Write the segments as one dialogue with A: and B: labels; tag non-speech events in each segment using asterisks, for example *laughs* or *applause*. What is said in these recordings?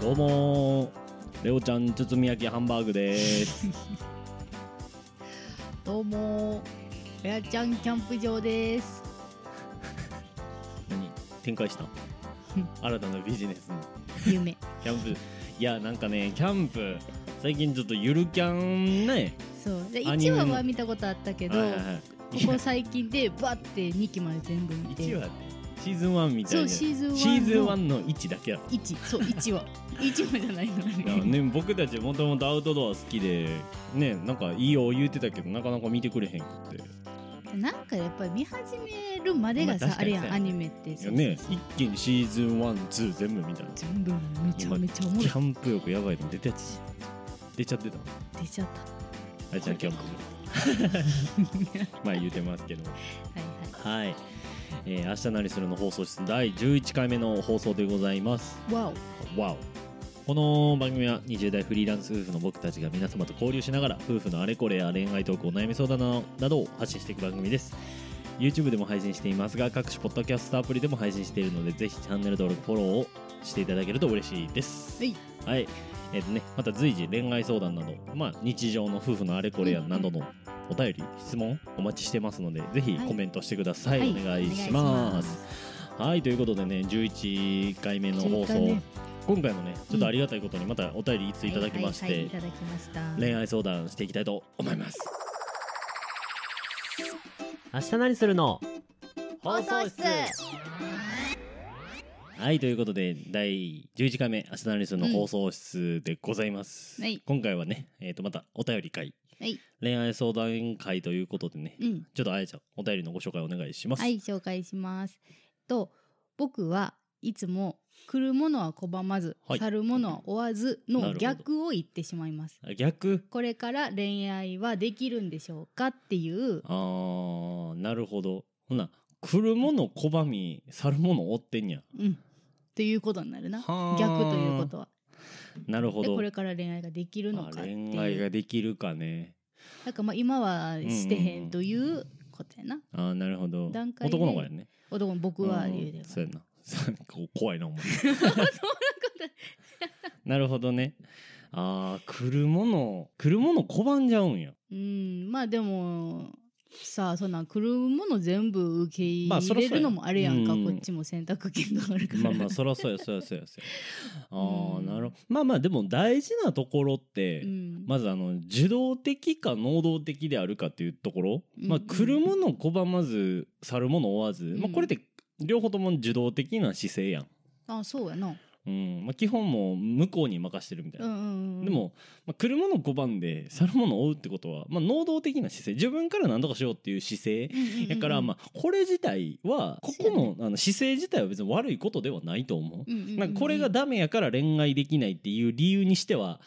A: どうもーレオちゃん包み焼きハンバーグでーす *laughs*
B: どうもーやちゃんキャンプ場
A: *laughs*
B: です
A: 何展
B: *laughs*
A: 開したん新たなビジネスに
B: 夢
A: キャンプいやなんかねキャンプ最近ちょっとゆるキャンね
B: そうで
A: ア
B: 1
A: ニメの
B: 話は見たことあったけど、
A: はいはいはい
B: ここ最近でバッて2期まで全部見て
A: 1話ってシーズン1みたい
B: そ
A: な
B: うシーズン1の
A: シーズン1の1だ
B: *laughs*
A: けだから
B: 1そう1話1
A: *laughs*
B: 話じゃないのに
A: いやね、僕たちもともとアウトドア好きでねなんかいいよ言うてたけどなかなか見てくれへんくって
B: なんかやっぱり見始めるまでがさ、
A: ま
B: あ、
A: あ確か
B: れ
A: に
B: や
A: そうや
B: ん
A: ね
B: アニメって
A: い
B: そ
A: や
B: うそう
A: ね
B: そう
A: 一気にシーズン12全部
B: *laughs*
A: 見たの
B: 全部めちゃめちゃおもろ
A: キ
B: い
A: ャンプ欲やばいの出てち出ちゃってたの
B: 出ちゃっ
A: あれじゃんキャンプ
B: たは
A: まあ言うてますけど
B: いはい
A: はい、えー、明日何するの放送室第11回目の放送でございます
B: わお
A: わおこの番組は20代フリーランス夫婦の僕たちが皆様と交流しながら夫婦のあれこれや恋愛トークお悩み相談などなどを発信していく番組です YouTube でも配信していますが各種ポッドキャストアプリでも配信しているのでぜひチャンネル登録フォローをしていただけると嬉しいです
B: はい
A: はい、えっ、とね、また随時恋愛相談など、まあ、日常の夫婦のあれこれやなどのお便り、質問お待ちしてますので、ぜひ
B: はい
A: コメントしてください。
B: はい
A: お願いしま
B: お願いし
A: す。はい、ということでね、11回目の放
B: 11回
A: 送
B: 目、
A: 今回もね、ちょっとありがたいことにまたお便りいついただきまし
B: はいはいはい、い
A: て、
B: ただきました
A: 恋愛相談していきたいと思います。
C: 明日何するの
B: 放送室
A: はい、ということで、第11回目、明日何するの放送室でございます。
B: はい
A: 今回はね、えっ、と、またお便り会。
B: はい
A: 恋愛相談会ということでね、
B: うん
A: ちょっとあやちゃん、お便りのご紹介お願いします。
B: はい、紹介します。と、僕はいつも来るものは拒まず、
A: はい
B: 去るものは追わず
A: な
B: の
A: るほど
B: 逆を言ってしまいます。
A: あ逆
B: これから恋愛はできるんでしょうかっていう、
A: あー、なるほど。ほな、来るもの拒み、去るもの追ってんや。
B: うん、ということになるな。
A: はー
B: 逆ということは。
A: なるほ
B: で、
A: ど。
B: これから恋愛ができるのかって
A: あ恋愛
B: い
A: が
B: う。
A: できるかね。
B: だからまあ今はしてへんということやな。
A: あー、なるほど。
B: 段階で
A: 男の子やね。
B: 男の僕は言う
A: う
B: で
A: んそうやな。 *laughs* こ怖い
B: *laughs*
A: な、お前。
B: と
A: なるほどね。あー、来るもの、来るもの拒んじゃうんや。
B: うん、まあでもさあそんなん来るもの全部受け
A: まあそ
B: 入
A: ら
B: れ
A: そう
B: る
A: や
B: のもあれやんか、
A: うん
B: こっちも選択権があるから、
A: まあまあ、そらそうや、そらそうや、そらそうや。あ
B: う
A: ー、
B: ん
A: なるほど。まあまあ、でも大事なところって、
B: うん
A: まずあの受動的か能動的であるかっていうところ、
B: うん
A: まあ、来るもの拒まず去るもの追わず、ま
B: う
A: あ、
B: ん
A: これって両方とも受動的な姿勢やん、
B: あそうやな
A: うんまあ、基本もう向こうに任してるみたい
B: うん
A: な、
B: うんうん
A: でも、まあ、来るもの拒んで去るもの追うってことは、まあ、能動的な姿勢自分から何とかしようっていう姿勢だから、ま
B: あ、
A: あ、これ自体はこ
B: そうや
A: このあの姿勢自体は別に悪いことではないと思う
B: うんうんうん
A: なんかこれがダメやから恋愛できないっていう理由にしては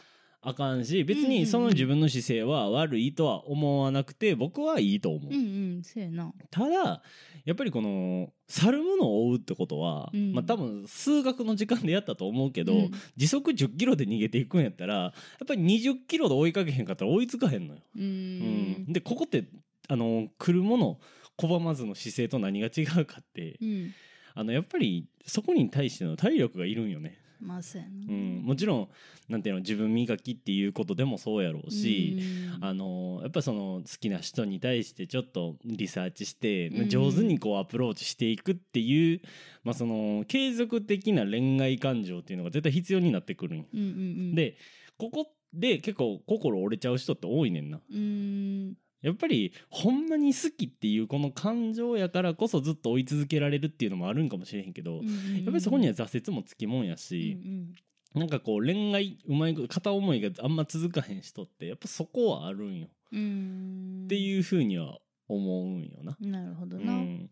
A: あかんし別にその自分の姿勢は悪いとは思わなくて僕はいいと思う
B: うんうんそうやな
A: ただやっぱりこの去るものを追うってことは、
B: うん
A: まあ多分数学の時間でやったと思うけど、
B: うん
A: 時速10キロで逃げていくんやったらやっぱり20キロで追いかけへんかったら追いつかへんのよ。
B: うん
A: うんでここってあの来るもの拒まずの姿勢と何が違うかって、
B: うん
A: あのやっぱりそこに対しての体力がいるんよね。
B: まあそうやな
A: うん、もちろんなんていうの自分磨きっていうことでもそうやろうし、
B: うん
A: あのやっぱその好きな人に対してちょっとリサーチして、
B: うん
A: 上手にこうアプローチしていくっていう、まあ、その継続的な恋愛感情っていうのが絶対必要になってくるんよ、
B: うんうんうん
A: でここで結構心折れちゃう人って多いねんな。
B: うん
A: やっぱりほんまに好きっていうこの感情やからこそずっと追い続けられるっていうのもあるんかもしれへんけど、や
B: や
A: っぱりそこには
B: や
A: 挫折もつきもんやし、
B: うん
A: なんかこう恋愛うまいこと片思いがあんま続かへん人ってやっぱそこはあるんよ
B: うんうん
A: っていうふうには思うんよな。
B: なるほど
A: う
B: な、
A: ん、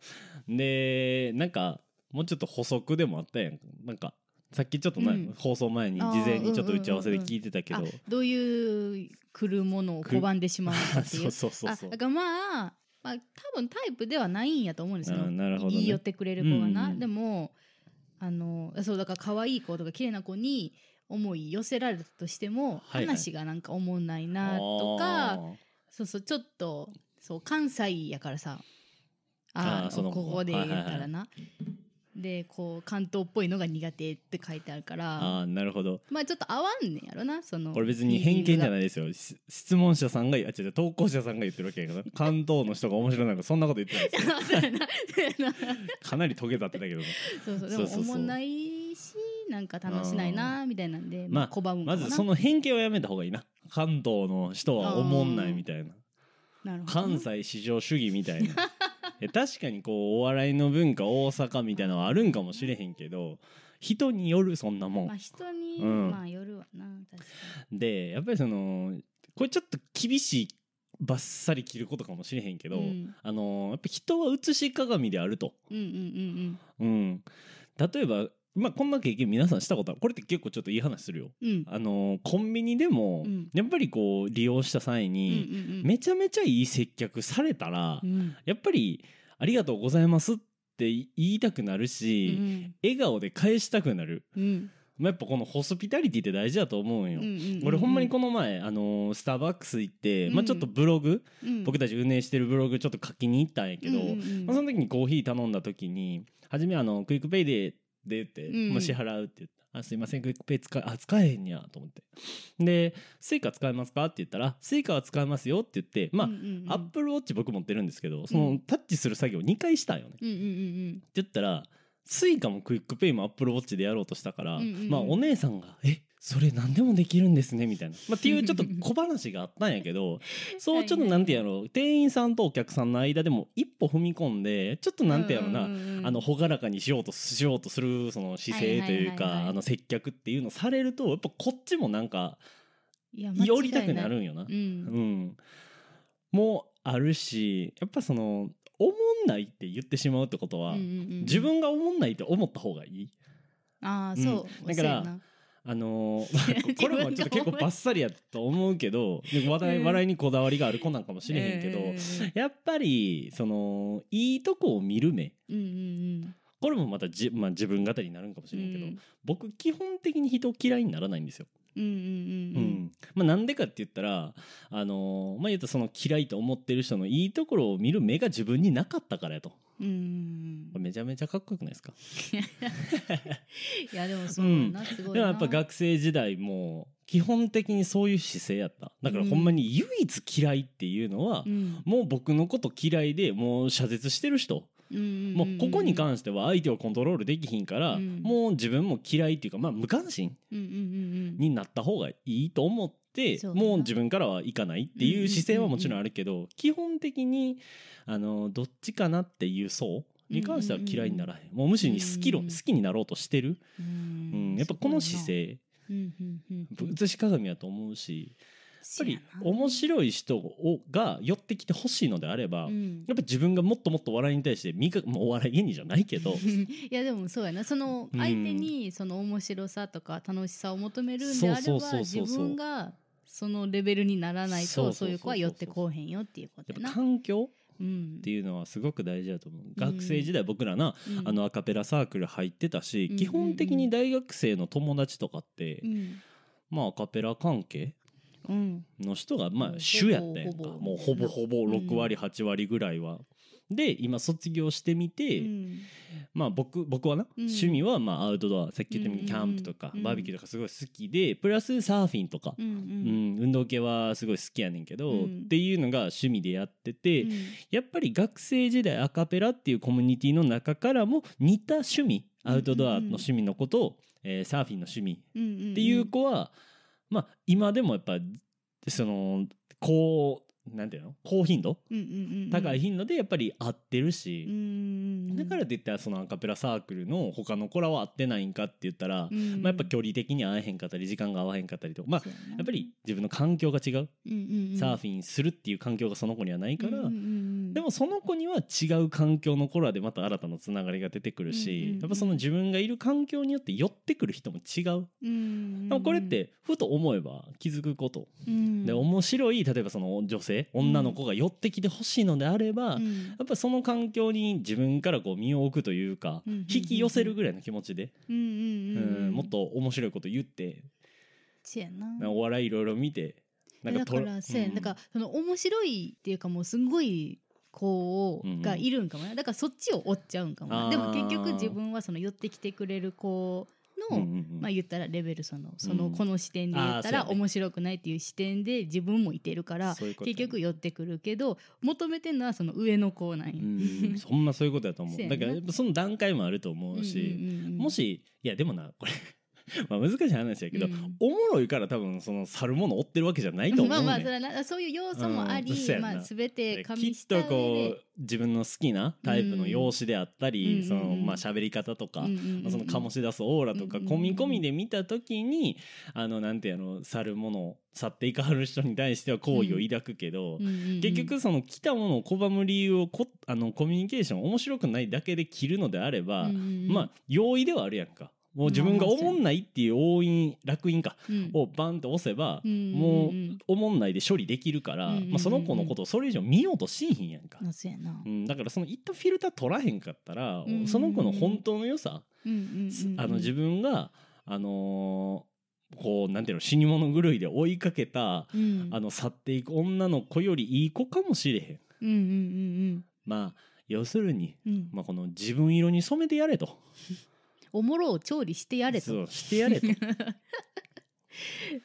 A: でなんかもうちょっと補足でもあったやんなんかさっきちょっとな、
B: うん
A: 放送前に事前にちょっと打ち合わせで聞いてたけど、
B: あどういう来るものを拒んでしまうのかってい
A: *laughs* そううそうそうそう
B: あだからまあ、まあ、多分タイプではないんやと思うんですよ、
A: あなるほどね
B: 言い寄ってくれる子がな、
A: うんうん
B: でもあのそうだから可愛い子とか綺麗な子に思い寄せられたとしても、
A: はいはい
B: 話がなんか思んないなとかそうそうちょっとそう関西やからさあ
A: あーその
B: ここで言ったらな、でこう関東っぽいのが苦手って書いてあるから
A: ああなるほど
B: まあちょっと合わんねやろなその
A: これ別に偏見じゃない
B: い
A: ですよし質問者さんがあ違う投稿者さんが言ってるわけや
B: *laughs*
A: から関東の人が面白いなんかそんなこと言ってないですよ
B: そうやな *laughs* そうやな
A: かなりトゲたってたけどな
B: そうそうで
A: そ
B: も
A: うそうそう
B: おもんないしなんか楽しないなみたいなんで
A: まあ
B: 拒むかな
A: まずその偏見はやめた方がいいな関東の人は思んないみたいな
B: なるほどな
A: 関西至上主義みたいな
B: *laughs*
A: いや確かにこうお笑いの文化大阪みたいなのはあるんかもしれへんけど人によるそんなもん、
B: まあ人に、
A: うん
B: まあよるわな確か
A: でやっぱりそのこれちょっと厳しいバッサリ切ることかもしれへんけど、
B: にうん
A: あのやっぱ人は写し鏡であると、
B: うんうん
A: うん、例えば、まあ、こんな経験皆さんしたことあるこれって結構ちょっといい話するよ
B: うんうんうん
A: あのコンビニでも、
B: うん
A: やっぱりこう利用した際
B: うん
A: に、
B: うんうん
A: めちゃめちゃいい接客されたら、
B: うん
A: やっぱり「ありがとうございます」って言いたくなる
B: う
A: し、
B: ん
A: 笑顔で返したくなる、
B: うん
A: まあ、やっぱこのホスピタリティって大事だと思うんよ。俺ほんまにこの前、あのースターバックス行って、まあ、ちょっとブログ、
B: の
A: 僕たち運営してるブログちょっと書きに行ったんやけど、まあ、その時にコーヒー頼んだ時に初めあのクイックペイででって、
B: うん
A: まあ、支払うって言ったあすいませんクイックペイ使えあ使えへんにゃと思ってでスイカ使えますかって言ったらスイカは使えますよって言ってまあ、アップルウォッチ僕持ってるんですけどそのタッチする作業2回したんよね、って
B: うんうんうん
A: 言ったらスイカもクイックペイもアップルウォッチでやろうとしたから、
B: うんうんうん
A: まあお姉さんが「えそれ何でもできるんですね」み
B: *laughs*
A: たいな、まあ、っていうちょっと小話があったんやけどそうちょっとなんてやろう店員さんとお客さんの間でも一歩踏み込んでちょっとなんてやろうな、あの朗らかにしようとしようとするその姿勢
B: はいは
A: という
B: いはいは
A: か
B: い
A: あの接客っていうのされるとやっぱこっちもなんか寄
B: 寄
A: りたくなるんよな
B: う。ん
A: うん、もあるしやっぱその「おもんない」って言ってしまうってことは、自分がおもんないって思った方がいい。
B: ああ
A: うん
B: そう
A: だからあの
B: *laughs*
A: ーこれもちょっと結構バッサリやと思うけどで話題
B: うん
A: 笑いにこだわりがある子なんかもしれへんけど、やっぱりそのいいとこを見る目
B: うんうん
A: これもまたじ、まあ、自分語りになるんかもし
B: うんう
A: れんけど、
B: ん
A: 僕基本的に人を嫌いにならないんですよ。
B: うんうんう
A: う
B: ん
A: んまあ、なんでかって言ったら、あのーまあ、言ったらその嫌いと思ってる人のいいところを見る目が自分になかったからやとこ
B: うんうん
A: れめちゃめちゃかっこよくないですか
B: いやでもそうやなすごい
A: でも
B: な
A: やっぱ学生時代も基本的にそういう姿勢やっただからほんまに唯一嫌いっていうのは、
B: うん
A: もう僕のこと嫌いでもう謝絶してる人、
B: うんうん
A: もうここに関しては相手をコントロールできひんから、
B: うん
A: もう自分も嫌いっていうかまあ無関心
B: うんうんうんうん
A: になった方がいいと思って
B: そうだな
A: もう自分からはいかないっていう姿勢はもちろんあるけど、基本的にあのどっちかなっていう層に関しては嫌いにならへん、もうむしろに好きろ
B: うん
A: 好きになろうとしてる、
B: う
A: う
B: ん
A: んやっぱこの姿勢
B: うんうんうんうん
A: 映し鏡やと思うしやっぱり
B: そうやな
A: 面白い人をが寄ってきてほしいのであれば、
B: う
A: やっ
B: ん
A: ぱ自分がもっともっとお笑いに対して磨くもうお笑い芸人じゃないけど
B: いやでもそうやなその
A: うん
B: 相手にその面白さとか楽しさを求めるんであれ
A: そうそう
B: ば
A: そう
B: 自
A: そう
B: 分がそのレベルにならない
A: そ
B: と
A: うそうそ
B: そう
A: そうう
B: いう子は寄ってこうへんよっていうこと
A: や
B: や
A: っ
B: な
A: ぱ。環境
B: うん
A: っていうのはすごく大事だと思う、学生時代僕らな
B: うん
A: あのアカペラサークル入ってたし、
B: うん
A: 基本的に大学生の友達とかって、
B: うん
A: まあアカペラ関係
B: うん
A: の人がまあ
B: うん
A: 主やったやんか
B: ほぼほぼ
A: もうほぼほぼ
B: うん
A: 6割8割ぐらいは。で今卒業してみて、
B: うん
A: まあ僕僕はな、趣味はまあアウトドアさっき言ったようにキャンプとか、
B: うん
A: バーベキューとかすごい好きでプラスサーフィンとか
B: う、んう
A: うん
B: ん
A: 運動系はすごい好きやねんけど、
B: うん
A: っていうのが趣味でやってて、
B: うん
A: やっぱり学生時代アカペラっていうコミュニティの中からも似た趣味アウトドアの趣味のことを、えーサーフィンの趣味
B: うんうん
A: っていう子は、まあ今でもやっぱその高なんていうの高頻度
B: うんうんうんうん
A: 高い頻度でやっぱり合ってる
B: うんう
A: し、
B: んうん
A: だからって言ったらそのアカペラサークルの他の子らは合ってないんかって言ったら、
B: うん
A: まあ、やっぱ距離的に合えへんかったり時間が合わへんかったりとかまあ
B: そうな
A: やっぱり自分の環境が違う、
B: うんうんうん
A: サーフィンするっていう環境がその子にはないから。
B: うんうんうん
A: でもその子には違う環境の子らでまた新たなつながりが出てくるし、
B: うんうんうん
A: やっぱその自分がいる環境によって寄ってくる人も違う、
B: うんうん
A: でもこれってふと思えば気づくこと、
B: うん
A: で面白い例えばその女性女の子が寄ってきてほしいのであれば、
B: う
A: や
B: ん
A: っぱその環境に自分からこう身を置くというか、
B: うんうんうん
A: 引き寄せるぐらいの気持ちで、
B: うんうんうん
A: うんもっと面白いこと言って、
B: そうやな
A: お笑いいろいろ見て
B: だ
A: と
B: からせ、う
A: うん
B: だからその面白いっていうかもうすんごい子を
A: うん
B: がいるんかもねだからそっちを追っちゃうんかもな
A: あー
B: でも結局自分はその寄ってきてくれる子の、まあ言ったらレベルそのその
A: うん
B: この視点で言った
A: あ
B: ら
A: ーそうやね
B: 面白くないっていう視点で自分もいてるから結局寄ってくるけど求めてんのはその上の子なんや。
A: うんそんなそういうことだと思う
B: そうや
A: だ
B: な
A: からやっぱその段階もあると思うし、もしいやでもなこれ *laughs* まあ難しい話やけど、
B: うん
A: おもろいから多分その去るもの追ってるわけじゃないと思う
B: ま
A: ね
B: あ
A: ん
B: まあそれはなそういう要素もあり
A: うんそうや、な
B: まあ、全て
A: で
B: 加
A: き
B: 味
A: っ
B: した上
A: とこ
B: で
A: う自分の好きなタイプの容姿であったり、
B: うん
A: そ
B: う
A: の
B: んうんうん
A: まあ喋り方とか、
B: うんうんうん
A: まあその醸し出すオーラとか
B: うんうんうん
A: 込み込みで見た時にあのなんていうの去るもの去っていかはる人に対しては好意を抱くけど、
B: うんうんうん
A: 結局その来たものを拒む理由をこあのコミュニケーション面白くないだけで切るのであれば、
B: うんうんうん
A: まあ容易ではあるやんか。もう自分がおもんないっていう押印楽印か
B: うん
A: をバンって押せば、
B: うん
A: も
B: うんうん
A: おもんないで処理できるから、
B: うんうんうんうん
A: まあ、その子のことをそれ以上見ようとしんひんやんか、
B: まあそうやな
A: う、ん、だからその一旦フィルター取らへんかったら、
B: うんうんうん
A: その子の本当の良さ、
B: うんうんうんうん
A: あの自分があのーこうなんていうの死に物狂いで追いかけた、
B: うん
A: あの去っていく女の子よりいい子かもしれへん
B: うんうんうん
A: まあ要するに、
B: うんうん
A: まあ、この自分色に染めてやれと
B: おもろを調理してやれと
A: そうしてや
B: *laughs*
A: れと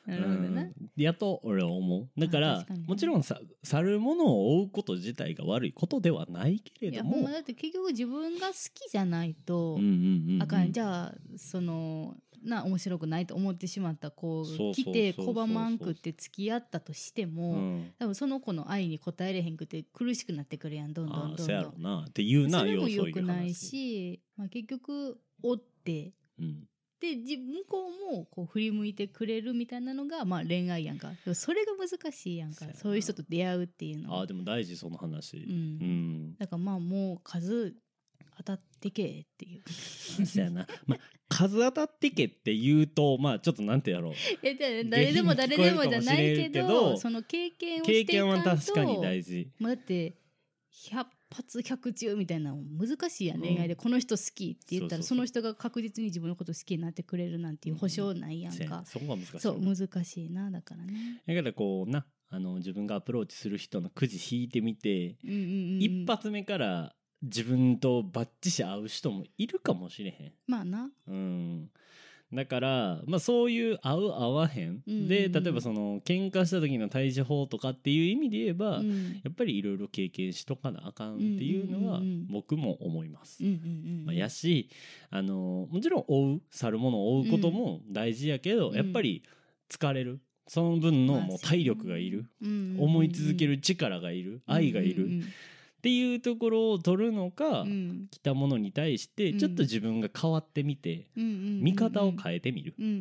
B: なるほどな、
A: うんやと俺は思うだから
B: あ確かにね
A: もちろんさ去るものを追うこと自体が悪いことではないけれ
B: いや
A: ど
B: ほん
A: も
B: まだって結局自分が好きじゃないと、
A: うんうんうん
B: あかんじ
A: ゃ
B: ゃあそのな面白くないと思ってしまった子が
A: そうそうそ
B: 来
A: う
B: て
A: そう
B: 拒まんくって付き合ったとして
A: う
B: も、
A: ん、
B: 多分その子の愛に応えれへんくて苦しくなってくるやんどんど
A: あ
B: んど
A: あ
B: ん
A: そ
B: ど
A: や
B: ん
A: ろうなっていうな
B: それも
A: 要素
B: 良
A: い
B: く
A: う話
B: ないし、まあ、結局追って
A: うん、
B: で自向こうもこう振り向いてくれるみたいなのが、まあ、恋愛やんかでもそれが難しいやんか
A: そうやな
B: そういう人と出会うっていうの
A: あ
B: は
A: あでも大事その話
B: う、
A: うんん、
B: だからまあもう数当たってけえって
A: *laughs*
B: いう
A: そやな、まあ、数当たってけって言うとまあちょっとなんてやろう
B: えじゃあ誰でも誰でもじゃないけ
A: 下品に聞こえるかもしれんけ
B: ど
A: ど
B: その経験をして
A: 経
B: いかんと
A: 験は確かに大事
B: まあ、だって100発100中みたいなの難しいやん、
A: うん
B: 恋愛でこの人好きって言ったら
A: そうそうそう
B: その人が確実に自分のこと好きになってくれるなんていう保証ないやん
A: そや
B: か
A: な、そこが難しい
B: そう難しいなだからね、
A: だからこうなあの自分がアプローチする人のくじ引いてみて、
B: うんうんうんうん、
A: 一発目から自分とバッチし合う人もいるかもしれへん
B: まあな
A: うん、だから、まあ、そういう合う合わへん、
B: うんうんうん
A: で例えばその喧嘩した時の対処法とかっていう意味で言えば、
B: うん、
A: や
B: うん
A: っぱりいろいろ経験しとかなあかんっていうのは
B: うんうんうんうん
A: 僕も思います。
B: うんうん
A: まあ、やし、あのもちろん追う去るものを追うことも大事やけど、
B: うん
A: やっぱり疲れるその分の
B: まあ
A: もう
B: そう
A: 体力がいる、
B: うんうんうん
A: 思い続ける力がいる、愛がいる、
B: うん
A: っていうところを取るのか、
B: うんうん
A: 来たものに対して
B: うん
A: ちょっと自分が変わってみて、
B: うんうんうんうん
A: 見方を変えてみる、
B: うんうんう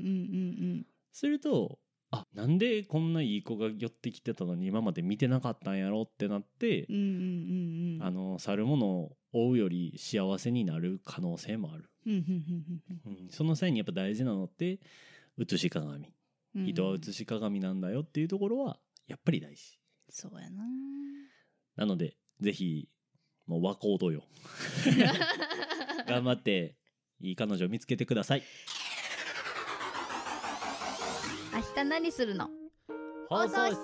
B: ん
A: するとあなんでこんないい子が寄ってきてたのに今まで見てなかったんやろってなって
B: うんうんう、んうんうん
A: あの去るものを追うより幸せになる可能性もある、
B: うんうんうんうん
A: うん、その際にやっぱ大事なのって写し鏡
B: うん
A: 人は写し鏡なんだよっていうところはやっぱり大事
B: そうやな
A: なのでぜひもう和光
B: *laughs*
A: 同様 *laughs* 頑張っていい彼女を見つけてください
D: 明日何するの
A: 放送室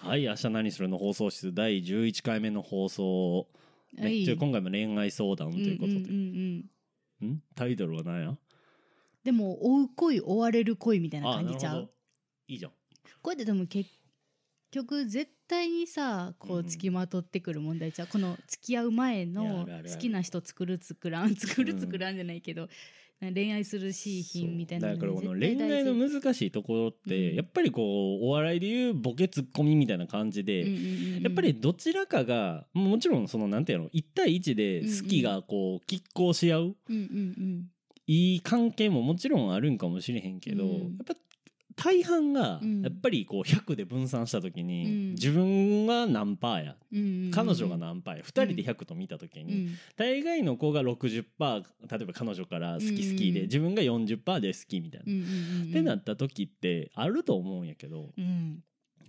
A: はい明日何するの放送室第11回目の放送、ね
B: はい
A: ちょ今回も恋愛相談ということで、
B: うんうんうんうん
A: んタイトルは何や
B: でも追う恋追われる恋みたいな
A: あ
B: 感
A: な
B: じ
A: る
B: ちゃ
A: ほ
B: う
A: どいいじゃん
B: これででも結局絶対にさこ
A: う
B: うん付きまとってくる問題じゃうこの付き合う前
A: いやあ
B: の
A: るあるある
B: 好きな人作る作らん作
A: う
B: る
A: ん
B: 作らんじゃないけど、なんか恋愛するし品みたいな
A: そう
B: に
A: だからこの
B: 絶対
A: 恋愛
B: 大事
A: の難しいところって、
B: うん
A: やっぱりこうお笑いでいうボケツッコミみたいな感じで、
B: うんうんうんうん
A: やっぱりどちらかがもうもちろんそのなんていうの1対1で好きがこう拮抗し合う
B: うんうん
A: いい関係ももちろんあるんかもしれへんけど、
B: うん
A: やっぱ大半が
B: うん
A: やっぱりこう100で分散した時に、
B: うん
A: 自分が何パーや
B: うんうんうんうん
A: 彼女が何パーや、2人で100と見た時
B: う
A: に、
B: ん
A: 大概の子が60パー例えば彼女から好き好きで、
B: うん
A: 自分が40パーで好きみたいな。
B: うんうんうん
A: ってなった時ってあると思うんやけど
B: うん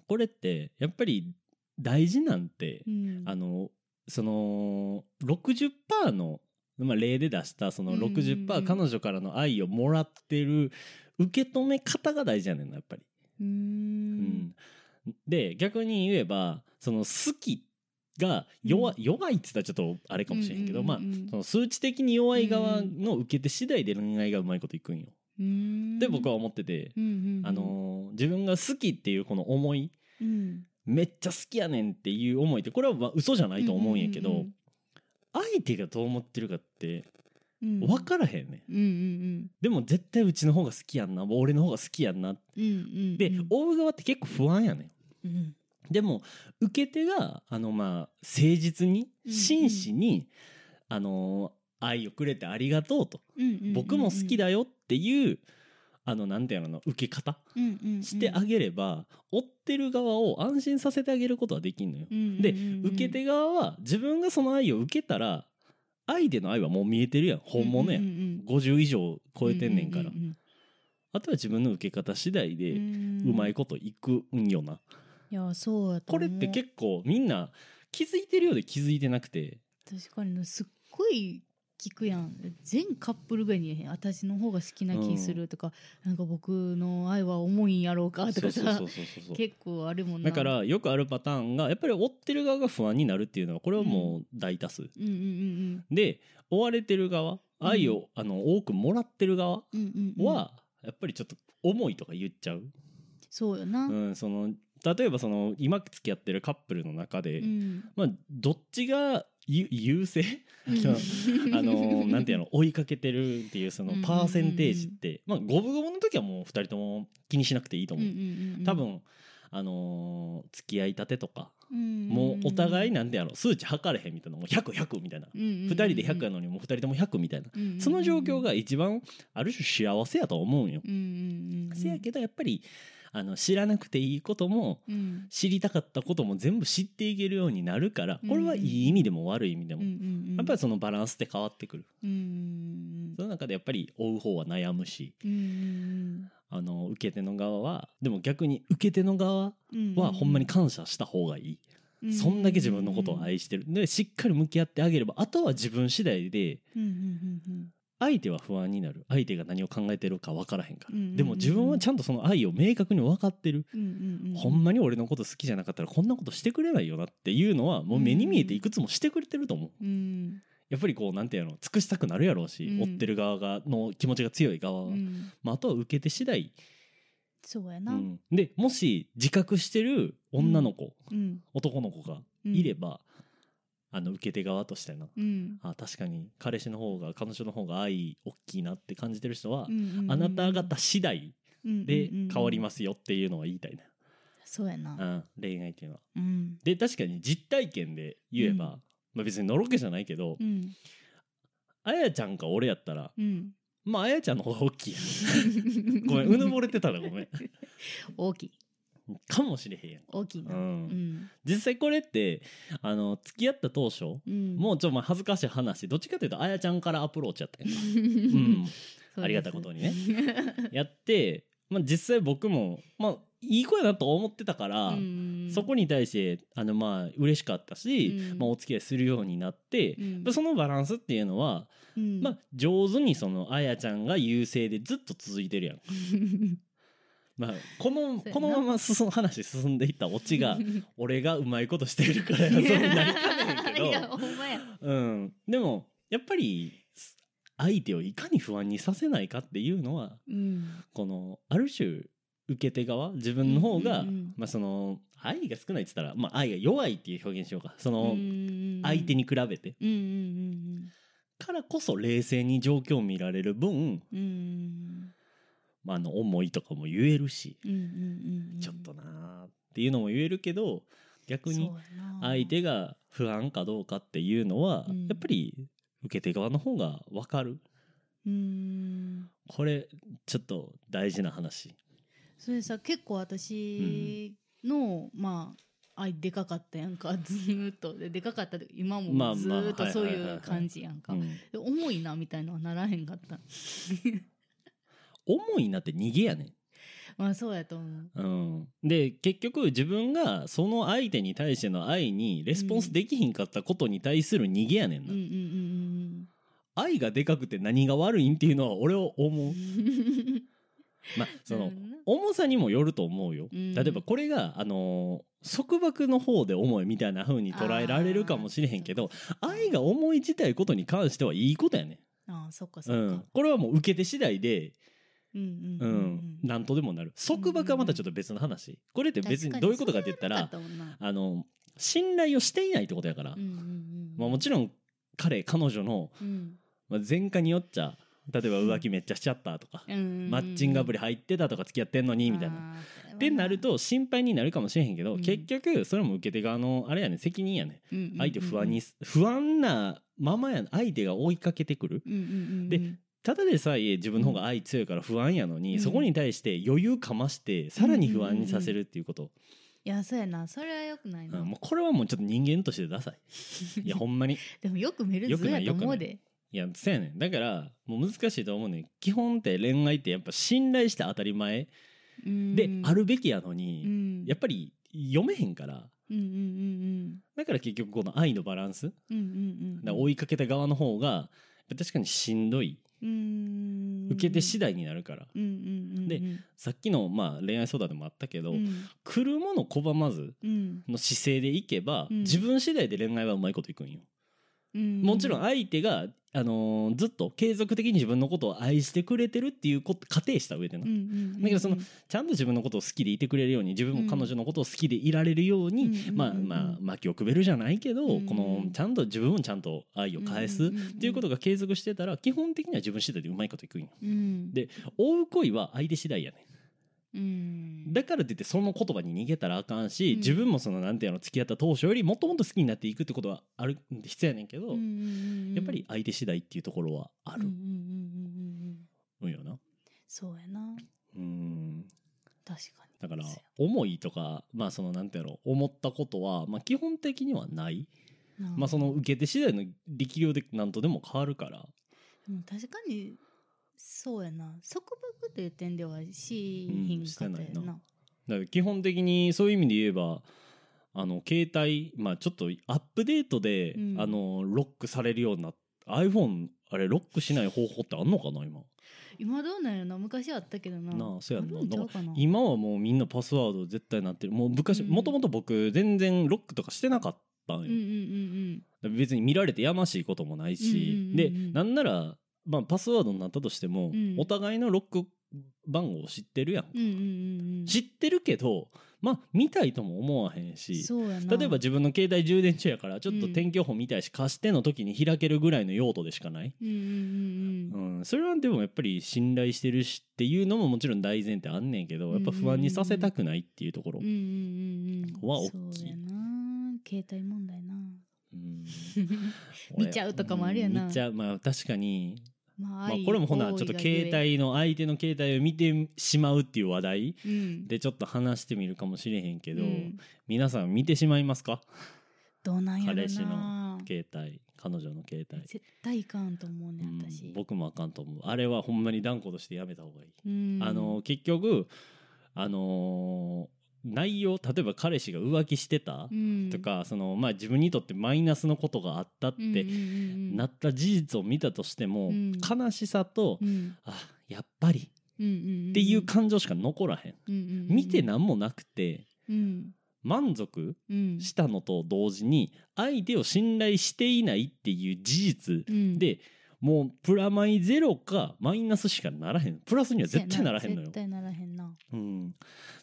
A: これってやっぱり大事なんて
B: うん
A: あのその60%の、まあ、例で出したその
B: うんうんうん
A: 60%彼女からの愛をもらってる受け止め方が大事やねんなやっぱり。
B: うん
A: うんで逆に言えばその好きが弱,、弱いって言ったらちょっとあれかもしれんけど、
B: うんうんうんう
A: ま
B: ん
A: あその数値的に弱い側の受け手次第で恋愛がうまいこといくんよ。
B: うん
A: で僕は思ってて、
B: うんうんうん
A: あのー自分が好きっていうこの思い
B: うん
A: めっちゃ好きやねんっていう思いってこれはまあ嘘じゃないと思うんやけど、
B: うんうんうん
A: 相手がどう思ってるかって
B: うん
A: 分からへんねん。
B: うんうん
A: でも絶対うちの方が好きやんな俺の方が好きやんな
B: うんうんうん
A: で、追う側って結構不安やねん。
B: うん
A: でも受け手があのまあ誠実に
B: うん
A: 真摯に、あの愛をくれてありがとうと、
B: うんうんうん
A: 僕も好きだよっていうあのなんていうの受け方
B: うんうんうん
A: してあげれば、追ってる側を安心させてあげることはできんのよ。
B: うんうんうん
A: で
B: うん
A: 受け手側は自分がその愛を受けたら相手の愛はもう見えてるやん本物やん,、
B: うんうんうん
A: 50以上超えてんねんから、
B: うう
A: あとは自分の受け方次第
B: う
A: で
B: ん
A: うまいこといくんよな。
B: いやそうやと
A: こ
B: 思
A: れ
B: う
A: って結構みんな気づいてるようで気づいてなくて
B: 確かにすっごい聞くやん全カップルがに言えへん私の方が好きな気するとか、なんか僕の愛は重いんやろうかとかさ
A: そうそうそうそうそう
B: 結構あるもんな
A: だか、らよくあるパターンがやっぱり追ってる側が不安になるっていうのはこれはもう大多数、
B: うんうんうん
A: で追われてる側
B: うん
A: 愛を、あの多くもらってる側
B: うんうんうんうん、
A: は、やっぱりちょっと重いとか言っちゃう、
B: そうよな、
A: う
B: うん
A: ん、その例えばその今付き合ってるカップルの中で、ま *laughs* あどっちが優
B: *laughs*
A: 優勢あのあのなんていうの追いかけてるっていうその
B: うんうんうんうん
A: パーセンテージって、まあ五分五分の時はもう二人とも気にしなくていいと
B: うん
A: 思
B: う
A: う、
B: んうん、
A: 多分あのー付き合いたてとか、
B: うんうんうん、
A: もうお互いなんてやろ数値測れへんみたいなもう100100みたいな、
B: うんうんうん、
A: 二人で100やのにもう二人とも100みたいな、
B: うんうんうん
A: その状況が一番ある種幸せやと思うんよ、
B: うんうんうん、
A: せやけどやっぱりあの知らなくていいことも
B: ど、うん
A: 知りたかったことも全部知っていけるようになるからこれはいい意味でも悪い意味で
B: う
A: も、
B: んうんうん、
A: やっぱりそのバランスって変わってくる
B: うんうん
A: その中でやっぱり追う方は悩むし
B: うんうん
A: あの受け手の側はでも逆に受け手の側
B: うんうん、
A: はほんまに感謝した方がいい、
B: うう
A: そんだけ自分のことを愛してるでしっかり向き合ってあげればあとは自分次第で
B: うんうんうんうん
A: 相手は不安になる相手が何を考えてるか分からへんから、
B: うんうんうん
A: でも自分はちゃんとその愛を明確に分かってる、
B: うんうんうん、
A: ほんまに俺のこと好きじゃなかったらこんなことしてくれないよなっていうのはもう目に見えていくつもしてくれてると思う、
B: うん
A: やっぱりこうなんていうの尽くしたくなるやろうし、
B: うん
A: 追ってる側がの気持ちが強い側は、
B: うん、
A: まあ、あとは受け手次第、
B: そうや
A: う
B: な、うん
A: ん、でもし自覚してる女の子、男の子が
B: うん
A: いれば、あの受け手側としてな
B: うん
A: あ確かに彼氏の方が彼女の方が愛大きいなって感じてる人は
B: う、んうん、
A: あなた方次第で変わり
B: す、
A: ますよっていうのは言いたい
B: そうや
A: な、
B: な、
A: うん、恋愛っていうのは。
B: うん
A: で確かに実体験で言えば、
B: うん
A: まあ、別にのろけじゃないけど、
B: うん
A: あやちゃんか俺やったら
B: うん、
A: まああやちゃんの方が
B: *laughs*
A: 大きいごめんうぬぼれてたらごめん
B: 大きい
A: かもしれへんやん、
B: 大きいな、
A: う、
B: うんん
A: 実際これってあの付き合った当初、
B: うん、
A: も
B: う
A: うちょっとまあ恥ずかしい話どっちかというとあやちゃんからアプローチやったん
B: *laughs*
A: やなう
B: うん
A: んありがたいことにね
B: *laughs* ね、
A: やって、まあ、実際僕も、まあ、いい子やなと思ってたから、
B: うん、
A: そこに対してあのまあ嬉しかったし、
B: うん
A: まあ、お付き合いするようになって、
B: うん
A: まあそのバランスっていうのは、
B: うん、 *laughs*
A: まあ、上手にそのあやちゃんが優勢でずっと続いてるやん。まあ、この
B: そうやな
A: このまま進む話進んでい
B: *laughs*
A: ったオチが俺がうまいことしてるからやそうになりかねへんけ
B: いやほ
A: ど、
B: んまや
A: うん、でもやっぱり相手をいかに不安にさせないかっていうのは
B: うん
A: このある種受け手側自分の方が、
B: うんうんうん
A: まあ、その愛が少ないって言ったら、まあ、愛が弱いっていう表現しようかその
B: うん
A: 相手に比べて、
B: うんうん
A: からこそ冷静に状況を見られる分、
B: うんうん
A: まあ、あの思いとかも言えるし、
B: うんうんうんうん
A: ちょっとなーっていうのも言えるけど逆に
B: そうやな
A: 相手が不安かどうかっていうのは、
B: うん
A: やっぱり受け手側の方が分かる
B: うん
A: これちょっと大事な話。
B: それさ結構私の、まああいでかかったやんか *laughs* ずーっとででかかったって今も
A: まあまあ
B: ずーっと
A: はい
B: そう
A: はいはい
B: い
A: はいう
B: 感じやんか、
A: うん
B: で重いなみたいのはならへんかった *laughs*
A: 重いなって逃げやねん
B: まあそうやと思う
A: うん、で結局自分がその相手に対しての愛にレスポンスできひんかったことに対する逃げやねん
B: うん
A: な、
B: うんうん
A: 愛がでかくて何が悪いんっていうのは俺は思う
B: うん
A: まあその
B: うん
A: 重さにもよると思うよ、
B: うん
A: 例えばこれがあのー束縛の方で重いみたいな風に捉えられるかもしれへんけど愛が重い自体ことに関してはいいことやね
B: ああそっかそ
A: ん、う
B: っ
A: ん
B: か、
A: これはもう受け手次第で、
B: うん
A: うんなんとでもなる束縛はまたちょっと別の話、これって別にどういうことかって言ったらあの信頼をしていないってことやから、まあ、もちろん彼彼女の
B: ろん
A: まあ前科によっちゃ例えば浮気めっちゃしちゃったとか、マッチングアプ
B: リ
A: リ入ってたとか付き合ってんのにみたいな。ってなると心配になるかもしれへんけど、
B: うん
A: 結局それも受け手側のあれやね責任やね相手不安にす、不安なままやん相手が追いかけてくるでただでさえ自分の方が愛強いから不安やのに、
B: うん
A: そこに対して余裕かましてさらに不安にさせるっていうこと、
B: いやそうやなそれはよくないな
A: うんもうこれはもうちょっと人間としてダサいいやほんまに
B: でもよく見る
A: よ
B: 図
A: くな
B: や
A: い
B: と思うで
A: いやそうやねんだからもう難しいと思うねん基本って恋愛ってやっぱ信頼して当たり前であるべきやのに、やっぱり読めへんから
B: うんうんうん
A: だから結局この愛のバランス
B: うんうんうん
A: だから追いかけた側の方が確かにしんどい
B: うん
A: 受け手次第になるから、
B: うんうんうん
A: でさっきのまあ恋愛相談でもあったけど、
B: うん
A: 来るもの拒まず
B: うん
A: の姿勢でいけば、
B: うん
A: 自分次第で恋愛はうまいこといくんよ、
B: うん
A: もちろん相手が、あのーずっと継続的に自分のことを愛してくれてるっていうこと仮定した上でな、
B: うんうんうんうん
A: だけどそのちゃんと自分のことを好きでいてくれるように自分も彼女のことを好きでいられるように、
B: うん
A: まあまあ薪をくべるじゃないけど、
B: うん
A: このちゃんと自分をちゃんと愛を返す、っていうことが継続してたら基本的には自分次第でうまいこといくんよ
B: うん
A: で追う恋は相手次第やね
B: うん
A: だからって言ってその言葉に逃げたらあかんし、
B: うん
A: 自分もそのなんていうの付き合った当初よりもっともっと好きになっていくってことはある必要やねんけど、
B: うんうんうんうん
A: やっぱり相手次第っていうところはあ
B: うん
A: る
B: うんうんうんうんうん
A: んよな
B: そうやな
A: うん
B: 確かに
A: だから
B: そう
A: 思いとかまあそのなんていうの思ったことはまあ基本的にはない、
B: やな
A: まあその受け手次第の力量で何とでも変わるから
B: でも確かにそうやな束縛という点ではしひんかった
A: うんし
B: よ
A: てない
B: な
A: だから基本的にそういう意味で言えばあの携帯、まあ、ちょっとアップデートで、
B: うん
A: あのロックされるようになっ iPhone あれロックしない方法ってあんのかな今
B: 今どうなんやろな昔あったけどな
A: なあそうやんな
B: あるんちゃうかな
A: 今はもうみんなパスワード絶対なってるもう昔
B: うん
A: もともと僕全然ロックとかしてなかったんよ
B: うんうんうん
A: 別に見られてやましいこともないし、
B: うんうんうんうん
A: でなんなら、まあ、パスワードになったとしても、
B: うん
A: お互いのロック番号を知ってるやん、
B: うんうんうんうん
A: 知ってるけどまあ見たいとも思わへんし
B: そうやな
A: 例えば自分の携帯充電中やからちょっと
B: うん
A: 天気予報見たいし、貸しての時に開けるぐらいの用途でしかない、
B: うんうんうん
A: う
B: うん
A: ん、それはでもやっぱり信頼してるしっていうのももちろん大前提あんねんけどやっぱ不安にさせたくないっていうところ
B: うんう、んうんうん
A: は大きい
B: そうやな携帯問題な
A: *laughs* うん
B: 見ちゃうとかもあるやな
A: うん見ちゃうまあ確かに、
B: ま
A: まあ、これもほなちょっと携、
B: 愛
A: 帯の相手の携帯を見てしまうっていう話題
B: 多いがゆえうん、
A: でちょっと話してみるかもしれへんけど、
B: うん
A: 皆さん見てしまいますか
B: どうなんやろな
A: 彼氏の携帯彼女の携帯
B: 絶対いかんと思うね
A: うん
B: 私、
A: 僕もあかんと思うあれはほんまに断固としてやめた方がいい、
B: うん
A: あの結局あのー内容例えば彼氏が浮気してた
B: うん
A: とか、そのまあ自分にとってマイナスのことがあったっ
B: うんうんう
A: て
B: んうん
A: なった事実を見たとしても、
B: うん
A: 悲しさと、
B: うん
A: あやっぱり
B: うんうんうん
A: っていう感情しか残らへん、
B: うんうんうん
A: 見て何もなくて
B: うん
A: 満足
B: うん
A: したのと同時に相手を信頼していないっていう事実
B: うん
A: でもうプラマイゼロかマイナスしかならへんプラスには絶対ならへんのよ
B: 絶。対ならへんな
A: うん、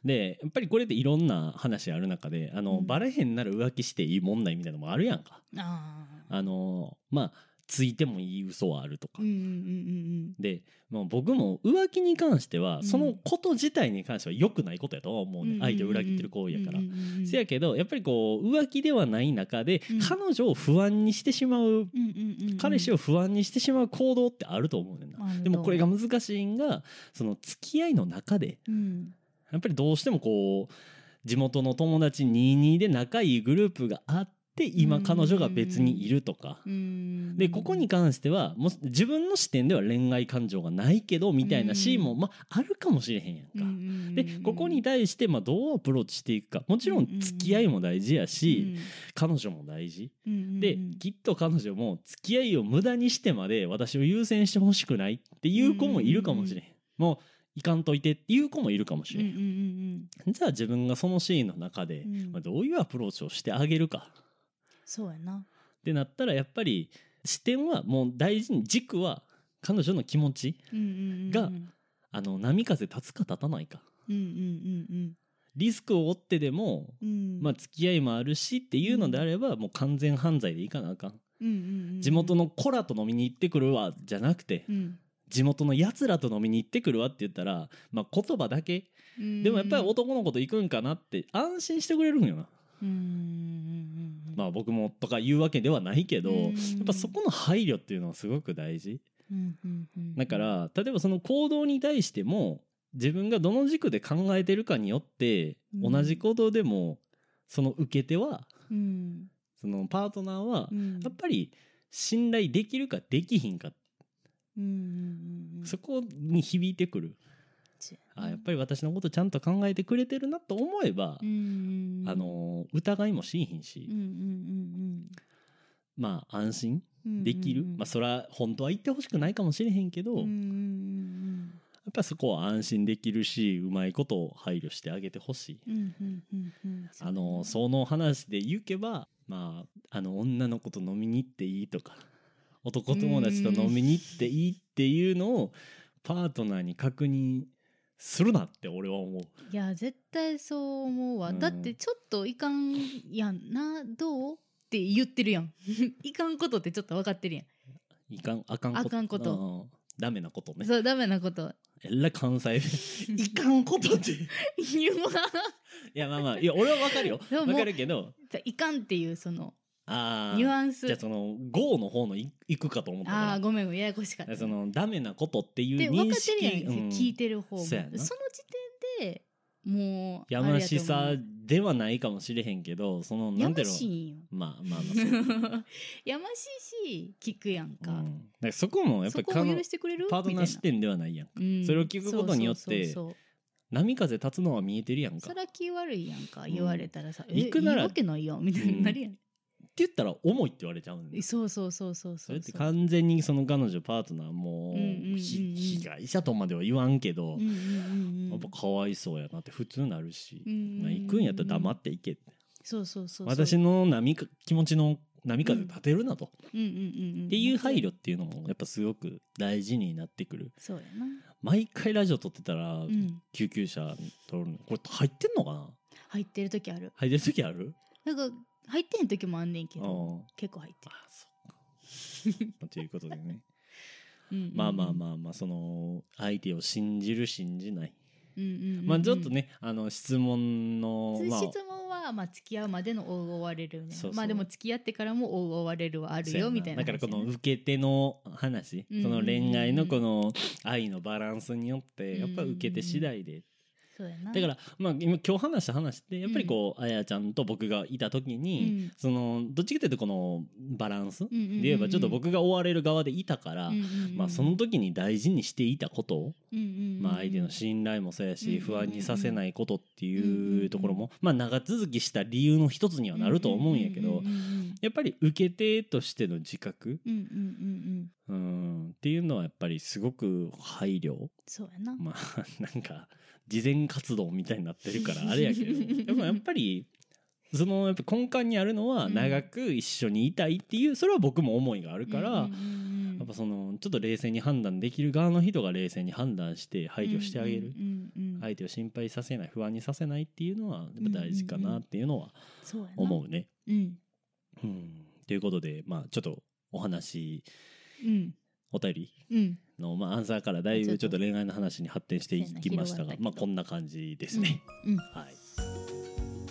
A: でやっぱりこれっていろんな話ある中であの、
B: うん
A: バレへんなら浮気していい問題みたいなのもあるやんか。
B: ああ
A: あのまあついてもいい嘘はあるとか。
B: うんうんうん
A: で、まあ、僕も浮気に関しては、
B: うん
A: そのこと自体に関しては良くないことやとは思う
B: うんう
A: ね
B: ん
A: 相手を裏切ってる行為やから。
B: うんうんうんうん
A: せやけどやっぱりこう浮気ではない中で、
B: うん
A: 彼女を不安にしてしまう
B: うんうんうんうん
A: 彼氏を不安にしてしまう行動ってあると思うねん
B: あると
A: な。
B: 思う
A: でもこれが難しいんがその付き合いの中で
B: うん
A: やっぱりどうしてもこう地元の友達22で仲いいグループがあって今
B: うん
A: 彼女が別にいるとか。
B: うん
A: でここに関してはもう自分の視点では恋愛感情がないけどみたいなシーンも、
B: う
A: まあ、あるかもしれへんやんか。
B: うんうんうんうん
A: でここに対してまあどうアプローチしていくかもちろ
B: うんうんうん
A: ん付き合いも大事やし、
B: うん
A: 彼女も大事、
B: うんうんうん
A: できっと彼女も付き合いを無駄にしてまで私を優先してほしくないっていう子もいるかもしれへん、もう行かんといてっていう子もいるかもし
B: うん
A: れ、
B: うんん
A: じゃあ自分がそのシーンの中で、
B: うん
A: まあ、どういうアプローチをしてあげるか
B: そうやな
A: ってなったらやっぱり視点はもう大事に軸は彼女の気持ち
B: うんうんうんうん
A: が
B: うん
A: あの波風立つか立たないか
B: うんうん
A: リスクを負ってでも、
B: うんうん
A: まあ、付き合いもあるしっていうのであればもう完全犯罪でいかなあかん
B: うんうんうん
A: 地元のコラと飲みに行ってくるわじゃなくて
B: うん
A: 地元のやつらと飲みに行ってくるわって言ったら、まあ、言葉だけでもやっぱり男の子と行くんかなって安心してくれるんよな、
B: うんうんうんうん
A: まあ、僕もとか言うわけではないけど
B: うん
A: やっぱそこの配慮っていうのはすごく大事
B: うんうんうん
A: だから例えばその行動に対しても自分がどの軸で考えてるかによって
B: うん
A: 同じ行動でもその受け手は
B: うん
A: そのパートナーは
B: うん
A: やっぱり信頼できるかできひんか
B: うんうんうん
A: そこに響いてくるあやっぱり私のことちゃんと考えてくれてるなと思えば
B: うんうんうん
A: あの疑いもしいひん
B: うん
A: し
B: うんうん
A: まあ安心
B: うん
A: できる
B: うんうんうん
A: まあそれは本当は言ってほしくないかもしれへんけど
B: うんうん
A: やっぱりそこは安心できるしうまいことを配慮してあげてほしい。
B: うんうんうんうんうん
A: あのその話で言けばまああの女の子と飲みに行っていいとか男友達と飲みに行っていいっていうのをパートナーに確認するなって俺は思う。
B: いや絶対そう思うわ、
A: うん
B: だってちょっといかんやんなどうって言ってるやん *laughs* いかんことってちょっと分かってるや
A: いかんあかん
B: あかんこと
A: うんダメなこと
B: ん
A: ね。
B: そうダメなこと
A: えらい関西弁
B: *laughs*
A: いかんことって。い
B: 言うわ
A: やまあまあいや俺はわかるよ。
B: でも
A: わ
B: もう
A: かるけど
B: *laughs* いかんっていうその
A: あ
B: ニュ
A: あ
B: アンス
A: じゃあその GO の方のい行くかと思ったから
B: ああーごめんごめんややこしかっ
A: だから
B: た
A: そのダメなことってい
B: で
A: う
B: 分
A: 認
B: かってる
A: 識
B: やん、
A: うん
B: 聞いてる方も
A: そ
B: そう
A: や
B: の
A: な
B: 時点でもう
A: や
B: あれ
A: ま
B: やと
A: し
B: 思う
A: さではないかもしれへんけどそのな
B: や
A: ん
B: ま
A: ていうの
B: しいんよ *laughs*
A: まあまあまあそう
B: やましいし聞くやんか,、
A: うん、だからそこもやっぱ
B: そ
A: り
B: こ
A: か
B: を
A: の
B: 許してくれる
A: パートナー視
B: み
A: 点ではないやん
B: たいなうん
A: それを聞くことによって
B: そうそうそうそう
A: 波風立つのは見えてるやんか
B: そ
A: って
B: ら気悪いやんか
A: うん
B: 言われたらさ「え
A: 行くなら
B: いいわけないやん」みたいになるやん、
A: 言ったら重いって言われちゃうんだよ
B: そうそうそうそう
A: そ
B: そう
A: れって完全にその彼女パートナー
B: うんうん
A: も
B: うんうん
A: ひ被害者とまでは言わんけど、
B: うんうんうんう
A: やっ
B: ん
A: ぱかわいそうやなって普通なるし、
B: うんうんうん
A: まあ行くんやったら黙って行けって
B: そうそうそうそう
A: 私の波か気持ちの波風立てるなと、
B: うんうんうんん
A: っていう配慮っていうのもやっぱすごく大事になってくる
B: そうやな、
A: 毎回ラジオ撮ってたら
B: うん、
A: 救急車撮るのこれ入ってんのかな
B: 入ってる時ある
A: 入ってる時ある
B: なんか入ってへん時もあんねんけ
A: あ
B: ど
A: ー
B: 結構入って
A: あ
B: る、
A: そっ
B: *laughs*
A: かということでね
B: うんうんうん、
A: まあまあまあまあその相手を信じる信じない
B: うんうんうんうん
A: まあちょっとねあの質問の
B: つ
A: まあ
B: 質問は、まあ、付き合うまでの追われるみたいな
A: そうそう
B: まあでも付き合ってからも追われるはあるよみたいな
A: だからこの
B: 話やな
A: 受け手の話
B: うん
A: その恋愛のこの愛のバランスによってやっぱ受け手次第で
B: そうやな
A: だから、まあ、今今日話した話ってやっぱりこう、あやちゃんと僕がいた時
B: う
A: に、
B: ん
A: そのどっちかというとこのバランス
B: うんうんうんうん
A: で言えばちょっと僕が追われる側でいたから、
B: うんうんうん
A: まあ、その時に大事にしていたことを、
B: うんうんうん
A: まあ、相手の信頼もそうや
B: うんう
A: し
B: んうん
A: 不安にさせないことって
B: うんうんう
A: いうんところも、まあ、長続きした理由の一つにはなると思うんやけ
B: う
A: ど
B: んうん
A: やっぱり受け手としての自覚
B: うんうんうんうん
A: うんっていうのはやっぱりすごく配慮
B: そうやな
A: まあ *laughs* なんか慈善活動みたいになってるからあれやけ
B: *laughs*
A: どでもやっぱりそのやっぱ根幹にあるのは
B: うん
A: 長く一緒にいたいっていうそれは僕も思いがあるから、
B: うんうんうん
A: やっぱそのちょっと冷静に判断できる側の人が冷静に判断して配慮してあげる、
B: うんうんうん
A: 相手を心配させない不安にさせないっていうのはやっぱ大事かなっていうのは
B: そうやな
A: 思うね。
B: うん
A: うんということでまあちょっとお話
B: うん
A: お便り
B: うん
A: の、まあ、アンサーからだいぶちょっと恋愛の話に発展していきました
B: そう
A: が
B: やな広がったけど
A: まあこんな感じですね。
B: うん
A: はい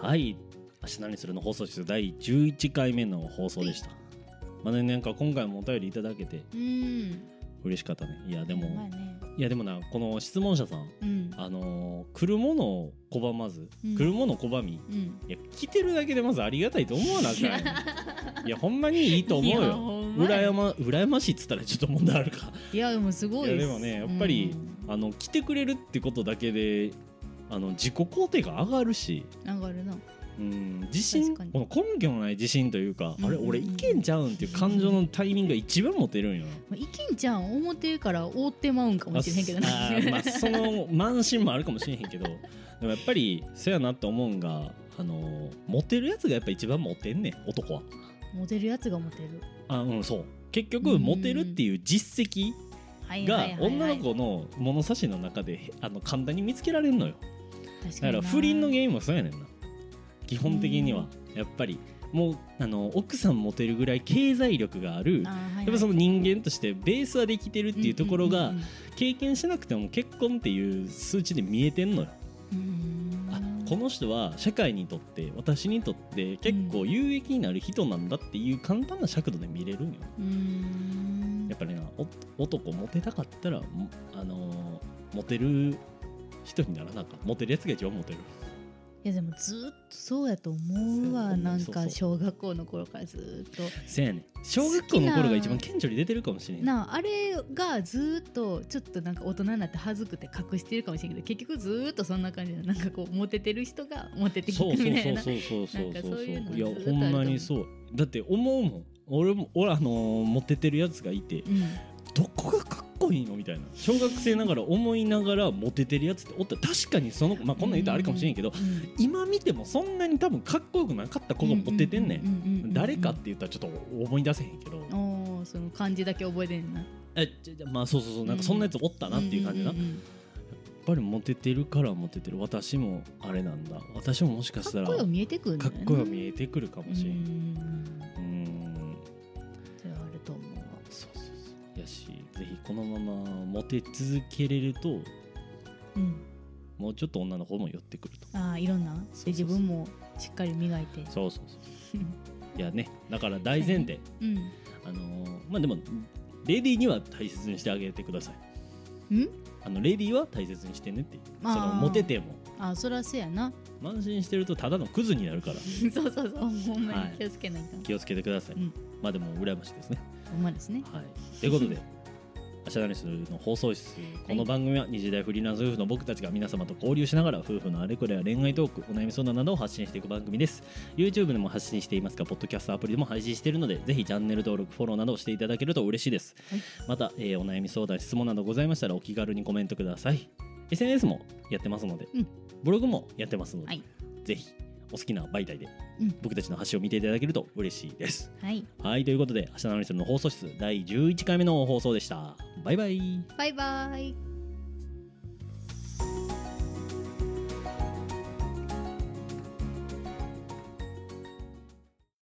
A: はい「明日何する?」の放送室第11回目の放送でした。まあね、なんか今回もお便りいただけて
B: うん
A: 嬉しかったねいやで
B: まあ
A: も
B: ね
A: いやでもなこの質問者さん
B: うん
A: あのー来るものを拒まず、
B: うん
A: 来るもの拒み
B: うん
A: いや来てるだけでまずありがたいと思わなあかんよいやほんまにいいと思う
B: いや
A: よ
B: ほんまや
A: 羨ま羨ましいっつったらちょっと問題あるか
B: いやでもすごいっす
A: いやでもねやっぱり
B: うん
A: あの来てくれるってことだけであの自己肯定が上がるし
B: 上がるな
A: うん自信
B: 確かに
A: この根拠のない自信というか、
B: うん
A: あれ俺いけんちゃうんっていう感情のタイミングが一番持てるんよな
B: まあ、いけんちゃん思ってるから覆ってまうんかもしれへんけどな
A: ああーまあその慢心もあるかもしれへんけどでもやっぱりそやなと思うんがあのモテるやつがやっぱ一番モテんねん男は
B: *laughs* モテるやつがモテる
A: あうんそう結
B: う
A: 局
B: ん
A: モテるっていう実績
B: はいは
A: が
B: いはいはい
A: 女の子の物差しの中であの簡単に見つけられるのよ
B: 確か
A: だ
B: に
A: から
B: な
A: 不倫の原因もそうやねんな基本的にはやっぱりもうあの奥さんモテるぐらい経済力がある
B: あーはいはい
A: やっぱその人間としてベースはできてるっていうところが
B: うんうん
A: 経験しなくても結婚っていう数値で見えてんのよ
B: うんうん
A: あこの人は社会にとって私にとって結構有益になる人なんだっていう簡単な尺度で見れるんよ
B: うん
A: やっぱりなお男モテたかったらもあのーモテる人にならなあかんモテるやつが一番モテる
B: いやでもずっとそうやと思う
A: そう
B: わなん
A: そうそ
B: か
A: う
B: 小学校の頃からずっと
A: せやねん小学校の頃が一番顕著に出てるかもしれん
B: なああれがずっとちょっとなんか大人になって恥ずくて隠してるかもしれんけど結局ずっとそんな感じでなんかこうモテてる人がモテてきた
A: そう
B: み
A: そ
B: た
A: う
B: いな
A: そうそうそうそう
B: なん
A: そ
B: か
A: う
B: そう
A: い
B: いうのが
A: や
B: ずっとあると
A: ほん
B: 思う
A: まにそうだって思うもん俺も俺あのーモテてるやつがいて
B: うん
A: どこがかっこいいのみたいな小学生ながら思いながらモテてるやつっておったら確かにそのまあこんなん言うたらあれかもしれんけど、
B: うん
A: 今見てもそんなに多分かっこよくなかった子がモテてんねん,、
B: ううううう
A: 誰かって言ったらちょっと思い出せへんけど、
B: おーその漢字だけ覚えてんな
A: えじゃじゃまあそうそうそうなんかそんなやつおったなっていう感じな、
B: ん
A: や
B: んん
A: っぱりモテてるからモテてる私もあれなんだ私ももしかし
B: う
A: た
B: ん
A: ら
B: かっこよ見えてくるんだよ
A: かっ
B: ね
A: こよ見えてくるかもしれん、
B: うん
A: うーん
B: それはあると思うわ
A: そうそうそうやしぜひこのままモテ続けれると
B: うん
A: もうちょっと女の子も寄ってくると
B: ああいろんな
A: そうそうそう
B: で自分もしっかり磨いて
A: そうそうそういやねだから大前提
B: うん
A: あのーまあでもレディーには大切にしてあげてください
B: うん
A: あのレディーは大切にしてねっていうそ
B: あー
A: のモテても
B: あそらそうやな
A: 慢心してるとただのクズになるから
B: *laughs* そうそうそうほんま
A: は
B: に
A: い
B: 気をつけないと、
A: 気をつけてください、
B: うん
A: まあでも羨ましいですね
B: ほんまですね
A: はいということで「明日何する」の放送室この番組は20代フリーランス夫婦の僕たちが皆様と交流しながら夫婦のあれこれや恋愛トークお悩み相談などを発信していく番組です YouTube でも発信していますがポッドキャストアプリでも配信しているのでぜひチャンネル登録フォローなどをしていただけると嬉しいです、
B: はい
A: また、えーお悩み相談質問などございましたらお気軽にコメントください SNS もやってますので、
B: うん
A: ブログもやってますので、
B: はい
A: ぜひお好きな媒体で
B: うん
A: 僕たちの発信を見ていただけると嬉しいです
B: はい
A: はい、ということで、明日のアニソンの放送室第11回目の放送でした。バイバイ。
D: バイバイ。